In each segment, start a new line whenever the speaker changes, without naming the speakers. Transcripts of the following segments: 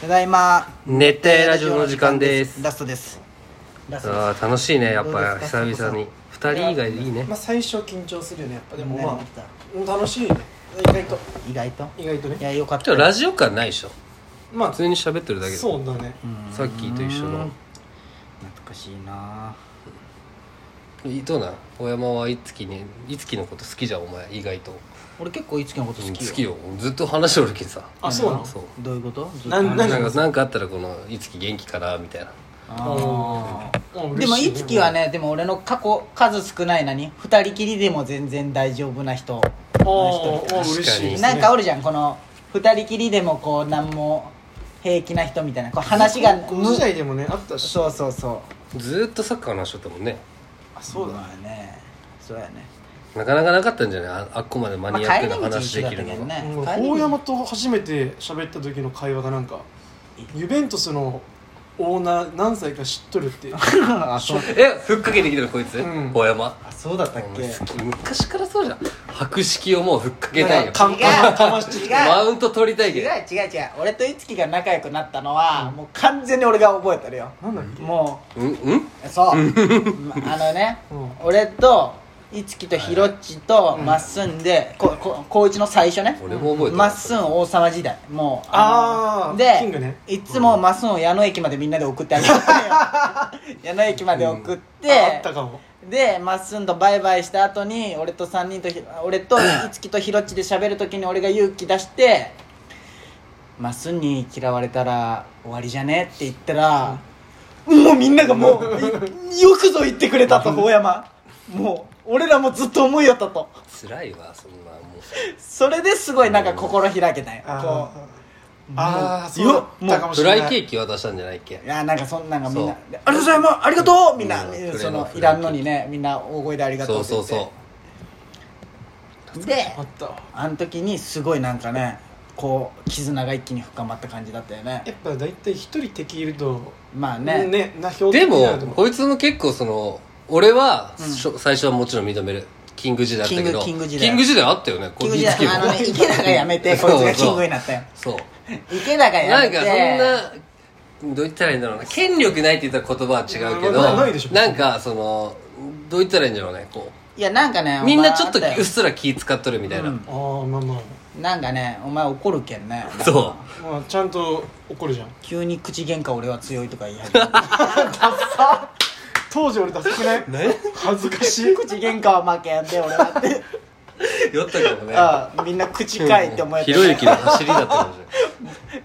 ただいま
熱帯ラジオの時間です
ラストですラスト
ああ楽しいねやっ
どう
ぱ
ですか
久々に2人以外でいいね
まあ、最初緊張するよねやっぱでもま
慣れてきた
あ楽しいね意外と
です意外と
意外と
い
ね
やよかっ
ちょ
た
っとラジオ感ないでしょ
まあ
普通に喋ってるだけで
そうだね
さっきと一緒の
懐かしいない
どうなん小山はいつきにいつきのこと好きじゃんお前意外と
俺結構いつきのこと好きよ
好きよずっと話しておるけどさ
あそうなの
そう
どういうことずっと
なん
な
なん
か
ん
なんかあったらこの「いつき元気かな」みたいな
あー
あー
でもいつきは
ね
ねでも俺の過去数少ない何二人きりでも全然大丈夫な人
あーあー
確
嬉
かに
しいですね
なんかおるじゃんこの二人きりでもこう何も平気な人みたいなこう話が
高校時代でもねあったし
そうそうそう
ずーっとサッカーの話しとったもんね
あそうだ
まあねそうやね
なかなかなかったんじゃないああっこまでマ
まあ
ニアッ
帰
ク
り
な
道一
話
緒
で
だったけ
きる
ど
のが
ね
もう
帰り道
大山と初めて喋った時の会話がなんかユベントスのオーナー何歳か知っとるって
あそう
えふっかけてきてるこいつ
うん
小山
あそうだったっ
お
け
前好き昔からそうじゃん白式をもうふっかけたいよ
かんかんかましてきて
マウント取りたい
違う違
け
う
ど
違う俺といつきが仲良くなったのは、もう完全に俺が覚えてるよ
なんだっけ
も
うんうん
うそうまあのね、
うん
俺といつきとひろっちとまっすんで、ここ高一の最初ね
俺も覚えてる
まっすん王様時代もうの
あー
で
キングね
いつもまっすんを矢野駅までみんなで送ってあげてたよ矢野駅まで送って、
ああったかも
でまっすんとバイバイした後に俺と3人とひ俺 といつきとひろっちで喋る時に俺が勇気出して「まっすんに嫌われたら終わりじゃね?」って言ったら、もうみんながも う「いよくぞ言ってくれた」と大山もう俺らもずっと思いよったと
辛いわそんなもう
それですごいなんか心開けたんよこ
あ
う
ーあーそうだったかもし
フ
れな
ラ
い
イケーキ渡したんじゃないっけ
いやなんかそんなんがみんな
そう
で「ありがとうございますありがとう!」みんな、
うん
えー
プレ
そ
ーの
のいらんのにねみんな大声で「ありがと」
そうう
って言っ
そう
て
そ
で
あったわ
あの時にすごいなんかねこう絆が一気に深まった感じだったよね
やっぱ大体一人敵いると
まあね
ねな
う
表
で
現にな
も
ると思う
こいつも結構その俺は、しょ最初はもちろん認めるキング時代あったけど
キングキング時代
キング時代あったよね
キン
こ
グ
う
時代
いつきも
あのね池田がやめ てこいつがキングになったよ
そう
池田がや
な
め
ん
て
かそんなどう言ったらいいんだろうな権力ないって言ったら言葉は違うけど
まあないでしょ
なんかそのどう言ったらいいんだろうねこ
いやなんかね
うみんなちょっと
お前あ
う
た
っ
よ
すら気使っとるみたいな、
うん
ああまあまあ
なんかねお前怒るけんね
そう
まあちゃんと怒るじゃん
急に口喧嘩俺は強いとか言い 始めて
当時俺ダサくない
ね
恥ずかしい
口喧嘩は負けんで俺はって
酔ったかもね
ああみんな口かいって思えて
ひろゆきの走りだったかもしれない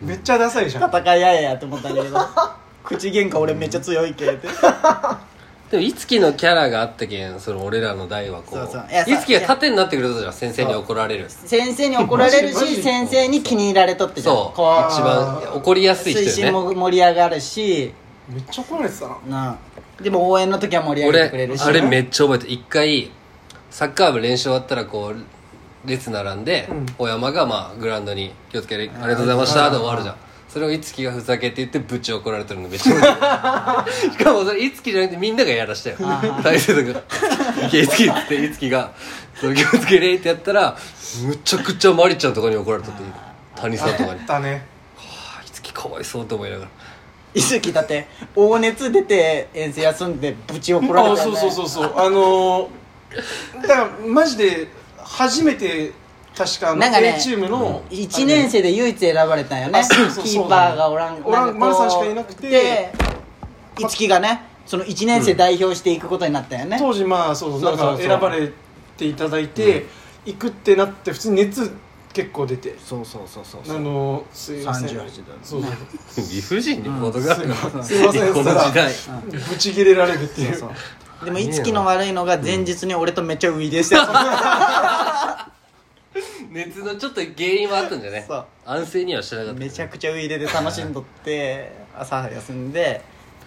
めっちゃダサいじゃん
戦い合えやと思ったん だけど口喧嘩俺めっちゃ強いけって
でもいつきのキャラがあったけんその俺らの代はこう
そうそういやさ
いつきが盾になってくれたじゃん先生に怒られるそう
先生に怒られる
マジマ
し
ジ
先生に気に入られとってじゃん
一
こう
番怒りやすい
推
人
進
よね
も盛り上がるし
めっちゃ怒られてたな
なあでも応援の時は盛り上げてくれ
俺
るし
あれめっちゃ覚えてる一回サッカー部練習終わったらこう列並んで、
うん
小山がまあグラウンドに「気をつけてありがとうございました」で終わるじゃんそれをいつきがふざけて言ってぶち怒られてるのめっちゃ覚えて るしかもそれいつきじゃなくてみんながやらしたよ大勢とか「いけいつき」っつっていつきが「その気をつけて」ってやったらむちゃくちゃマリちゃんとかに怒られたって谷さんとかに
あっ
「あ
たね
あいつきかわいそう」と思いながら
伊豆木だって大熱出て遠征休んでぶち怒られ
あ
たよ
そう
ね
そうそうそうあのー、だからマジで初めて確かあの
なんかね
A チームの
1年生で唯一選ばれたんよね
あそうそうそう
キーパーがおらん
おらん
なかこう
丸さんしかいなくて
で一木がねその1年生代表していくことになったよね、
当時まあそうそうなん
そうそ
か
うそう
選ばれていただいて、行くってなって普通に熱結構出て
そうそうそうそう
あのー、すいません
38だね
そう そう
理不尽にことがあるなこの
すいません
時代
ぶち切れられるっていう
そうでも一木の悪いのが前日に俺とめっちゃウイでしたよ
熱のちょっと原因はあったんじゃね
そう
安静にはしてなかった
めちゃくちゃウイレで楽しんどって朝休んで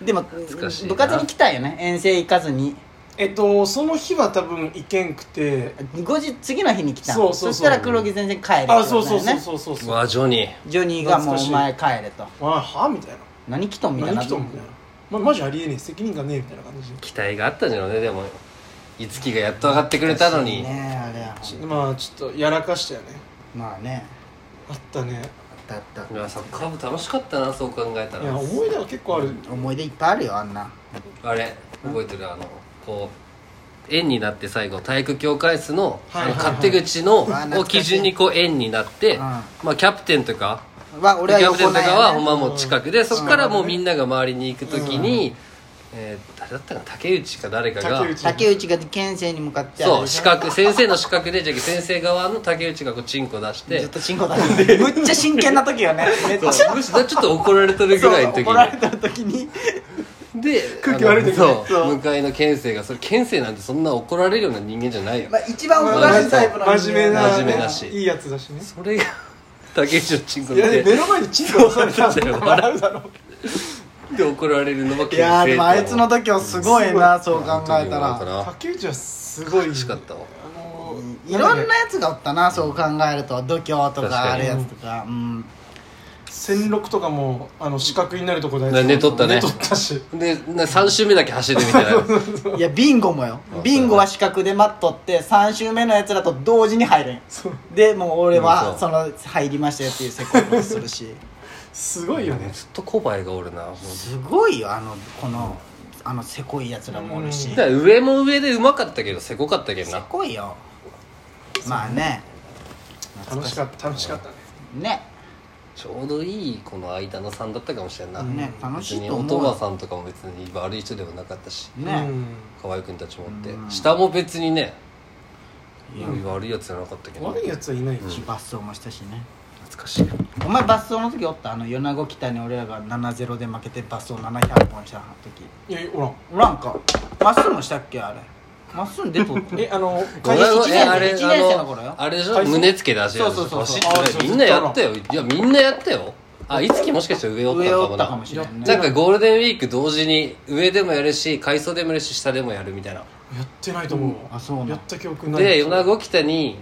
でも
かしいな
部活に来たんよね遠征行かずに
えっとその日は多分行けんくて
5時次の日に来たん
そうそうそう
したら黒木先生帰れって言わ
あ
れた
そ
ん
うそう
よ
そう
ね
そうそうそう
うわジョニー
ジョニーがもうお
懐
前
か
帰れと
あはみたいな
何来とんみたいな
何来とんみたいな、ま、マジありえねえ責任がねえみたいな感じ
期待があったんじゃろうねでもいつきがやっと上がってくれたのに
ねあれ
でまあちょっとやらかしたよね
まあね
あった
あ
ね
ったあった
いやサッカー部楽しかったなそう考えた
いや
ら
思い出は結構ある
思い出いっぱいあるよあんな
あれ覚えてるあのこう円になって最後体育協会室の
はい
あ
はい
の
はい
勝手口の
わあ懐
を
かしい
基準にこう円になって
うん
まあキャプテンとか
は俺は
キャプテン
横
とか
なん
は
や
ほん
ね
まもう近くでそこからもうみんなが周りに行く時にえー誰だったかな竹内か誰かが
竹内
竹内が県政に向かって
そう
し
四
か
角先生の四角でじゃあ先生側の竹内がこうチンコ出して
ずっとチンコだったんでむっちゃ真剣な時よねめっちゃ
そうむしろちょっと怒られてるぐらいの時
そう怒ら
に
れた時に
で
空気悪い時ね
あの
そ
そうう向かいの県生がそれ県生なんてそんな怒られるような人間じゃないよ、
まあ一番怒られるタイプの人間
真面目な
真面目だし
いいやつだしね
それが竹内のチンコ
いや
で
目の前にチンコ出されたんだ
そう
よ
なんだよ
笑うだろ
で怒られるのも
い
県
やーで
生
もあいつの時はすごいなそう考えた
本当に
ら
なんか
竹内はすごい
なしかったわ
あの
いろんなやつがおったなそう考えると度胸とかあるやつとかうん
戦六とかもあの四角になるとこだ
ね寝とったね
寝とったし
でな3周目だけ走るみたいない
やビンゴ もよ
あ
ビンゴは四角で待っとって3周目のやつらと同時に入るん
そう
でもう俺
う
は
ん
その入りましたよっていうセコンドする し
すごいよね
ずっと小林がおるなもう
すごいよあのこのあのせこいやつらもおるし
うん
だから上も上でうまかったけどせこかったけど
せ
な
こいよまあね
楽しかった楽しかったね
ね
ちょうどいいこの間の3だったかもしれんな、
うん
ね楽
別
しい
に
と
おと
思
ば
う
さんとかも別に悪い人ではなかったし
ね
河合君たちもおって、
うん
下も別にね悪いやつじゃなかったけ
うん
ど
悪いやつはいないでしょ
バスをもしたしね
懐かしい
お前バスをの時おったあの米子北に俺らが7-0で負けてバスを700本した時
いやいやおらん
おらんかまっすぐもしたっけあれまっすぐ出とった
えあの
ごめん
会社
一年生一年生の頃よ
あれでしょ
体操
胸つけて走るやつ
そうそうそう
走ってないみんなやったよいやみんなやったよあいつきもしかしたら上おった
上
の
お
かも
った
な
かもしれんね
なんかゴールデンウィーク同時に上でもやるし階層でもやるし下でもやるみたいな
やってないと思うわ
うんあそうなん
やった記憶ない
で米子北に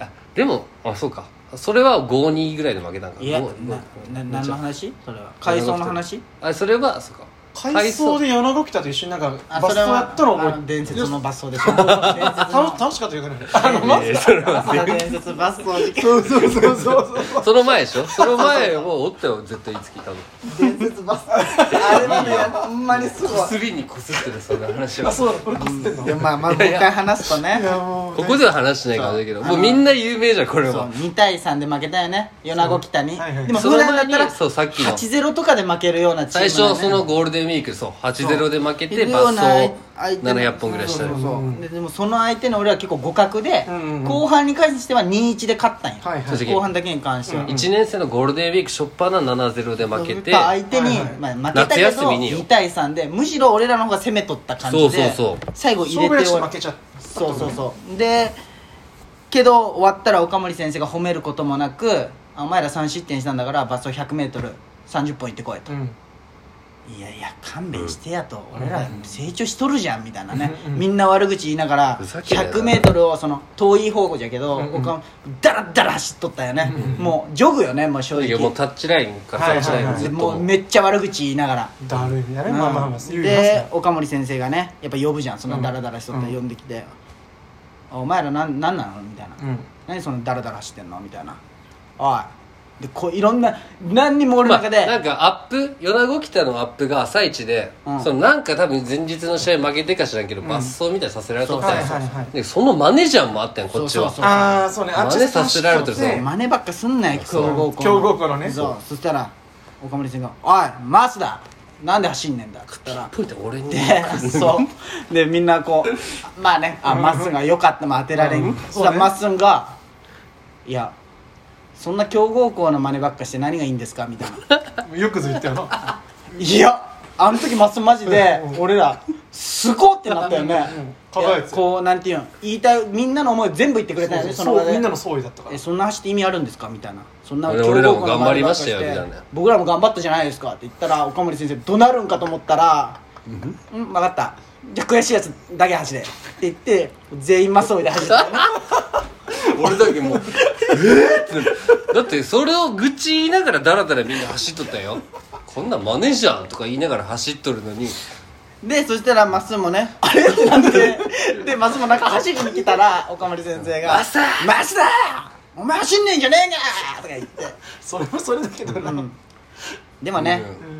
あでもあそうかそれは52ぐらいで負けたんか
いや
ごご
なな
ごめん
何の話それは海藻の話
あそれはそうか
回想で柳北と一緒になんか
あそ
バス
れ
トや
は
ったの覚え
あの
て
伝説のバスをでしょ
楽楽しかったよねあのま
えーそれは
伝説の伝説バスを事件
そうそうそうそう
その前で しょその前もおったよ絶対いつき多分
伝説バスあれはねほんまにすご
こすりにこすってるそんな話は
あそうだ俺こすってんの
いいやまあまあもう一回話すとね
いやもうね
ここでは話しないからだけどもうみんな有名じゃんこれ
そう
は
2対3で負けたよね米子北に
はいはい
でも
そ
普
の
段だ
前
っ
に
たら
そうさっきの
8-0とかで負けるようなチーム
最
だよね
初そのゴールデンウィークそう8-0で負け
い
て
るよう
罰
な
走
相手の
700本ぐらいしたり
そううんそうそうででもその相手の俺は結構互角で、
うんうんうん
後半に関しては2-1で勝ったんよ、
はいはい
正直
後半だけに関しては、
1年生のゴールデンウィーク初っ端な7-0で負けて
相手に、
はいは
まあ、負けたけ
夏休
ど
みによ
2対3でむしろ俺らの方が攻めとった感じで
そうそうそう
最後入
勝
れて
負や
終
し
わ
負けちゃった
そうそうそうでけど終わったら岡森先生が褒めることもなく「あお前ら3失点したんだから罰走 100m30 本行ってこい」と。
うん
いやいや勘弁してやと、俺ら成長しとるじゃんみたいなね、
うん
みんな悪口言いながら
ふざけんなよ
100m をその遠い方向じゃけど、
うんうん
僕はダラダラ走っとったよね、もうジョグよねもう正
いや
直
もうタッチラインからタッチライン
はい
ず
で
っと
もうめっちゃ悪口言いながら、
だるいねあれ
うん
まあまあまあ言います
で
ね
岡森先生がねやっぱ呼ぶじゃんそんなダラダラしとったら
うん
呼んできて「あお前らなんなんなの?」みたいな
うん
何そのダラダラしてんの?」みたいな「おい」でこういろんな何にも俺の
まあ
中で、
なんかアップ米子北のアップが朝一で、
うん
そのなんか多分前日の試合負けてか知らんけど、罰走みたいにさせられとった
はい
やん
はいはい
でそのマネージャーもあったやんこっちは
そうそう
ああそうねあっち
真似させられてる
そう
そう
真似ばっかすんなよ
そう
強豪校
強豪校のね
そうそしたら岡森先生が「おいマスだなんで走んねんだ」っつったら
ポイント俺に
でそうでみんなこうまあねあまっすぐが良かったまあ当てられ
うんん
そした
そう
ら
ね
まっすぐが「いやそんな強豪校の真似ばっかして何がいいんですか?」みたいな
よくず言ったよな
「いやあの時まっすぐマジで俺らすごっ!」ってなったよね
うん輝いてたよ
こうなんていうん言いたいみんなの思いを全部言ってくれたよね
そう
場
そう
で
みんなの総意だったから
えそんな走って意味あるんですかみたいなそんな
俺
強豪校の
俺らも頑張りましたよ
周りばっかりして
みたいな
僕らも頑張ったじゃないですかって言ったら岡森先生怒鳴るんかと思ったら「うん分かったじゃあ悔しいやつだけ走れ」って言って全員マスオイで走って
俺だけもうえーってだってそれを愚痴言いながらダラダラみんな走っとったよこんなんマネージャーとか言いながら走っとるのに
でそしたらマスもね「あれ?」ってなってでマスもなんか走りに来たら岡森先生が「
マスだ
マスだお前走んねえんじゃねえか!」とか言って、
それも それだけどな、
うん、でもね、
うん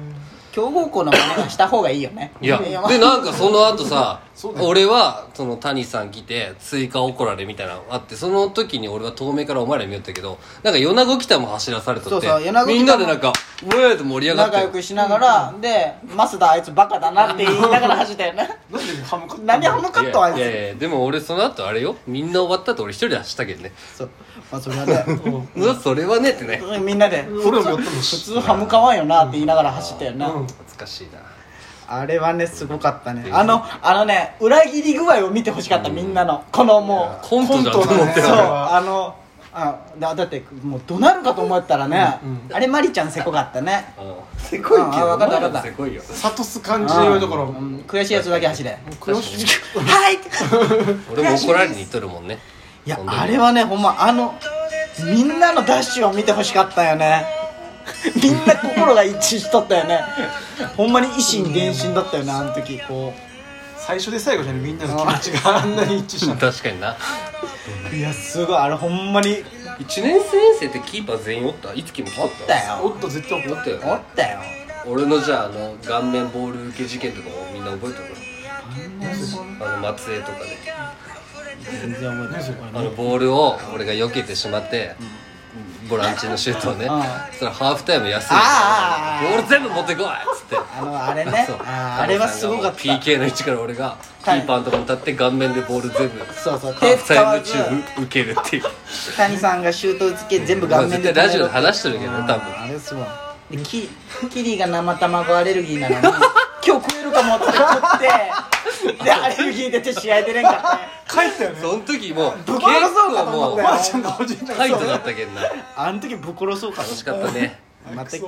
強豪校の真似はした方がいいよね
いや
まあ
でなんかその後さ
そうだよ
俺はその谷さん来て追加怒られみたいなのあってその時に俺は遠目からお前ら見よったけどなんか米子北も走らされとって
そうそう米子北も
みんなでなんか「うえ!」って盛り上がって
仲良くしながら、で「マスダあいつバカだな」って言いながら走ったよね
なんで歯向かったの
何ハムカットあいつ
いやいやいやでも俺その後あれよみんな終わったと俺一人で走ったけどね
そうまあそれはね
うん
うわそれはねってね
みんなで
俺らもやったもん
普通ハムかわんよなって言いながら走ったよな、
うん
懐かしいな
あれはねすごかったねあのあのね裏切り具合を見てほしかったみんなのこのもう
コントじゃんと
コントだね
思って
そう
たから
あのあだだってもう怒鳴るかと思ったらね、
うん
あれマリちゃんせこかったね
うんせこいけど
あ分かった分かった
お前らせこいよ
諭す感じのところ
うん悔しいやつだけ走れ
悔しい
はい
俺も怒られに行っとるもんね
いや
ほんで
あれはねほんまあのみんなのダッシュを見てほしかったよね みんな心が一致しとったよねほんまに一心伝心だったよねあの時こ
最初で最後じゃねみんなの気持ちがあんなに一致した
確かにな
ういやすごいあれほんまに
1年生生ってキーパー全員おったいつきも来と
お
っ
った
お
よ
っと絶対怒
お
っ
ったたよ
おったよ
俺のじゃああの顔面ボール受け事件とかもみんな覚えてるあの松江とかで
全然覚えてない
あのボールを俺が避けてしまって、ボランチのシュートをね、
うん
そしたらハーフタイム安い
あー
ボール全部持ってこいっつって
あのあれね
そう
あーあれはすごかった
PK の位置から俺がキ
はい
ーパーのとこに立って顔面でボール全部ハ
そうそう手
ーフ
使
タイ
わ
ム
ず
中受けるっていう
谷さんがシュート打つけ全部顔面で止めろって
まあ絶対ラジオで話してるけどね多分
あーあれすごいでキキリが生卵アレルギーなのに 今日食えるかもって食ってでアレルギー出て試合出れんかったね
帰ったよね
その時もう
ぶっ
結
殺そうかと
構
思
も
っ
う
たよ
ばあちゃんがおじいちゃんが
タイトだったけんな
あの時ぶっ殺そうか
楽しかったね
また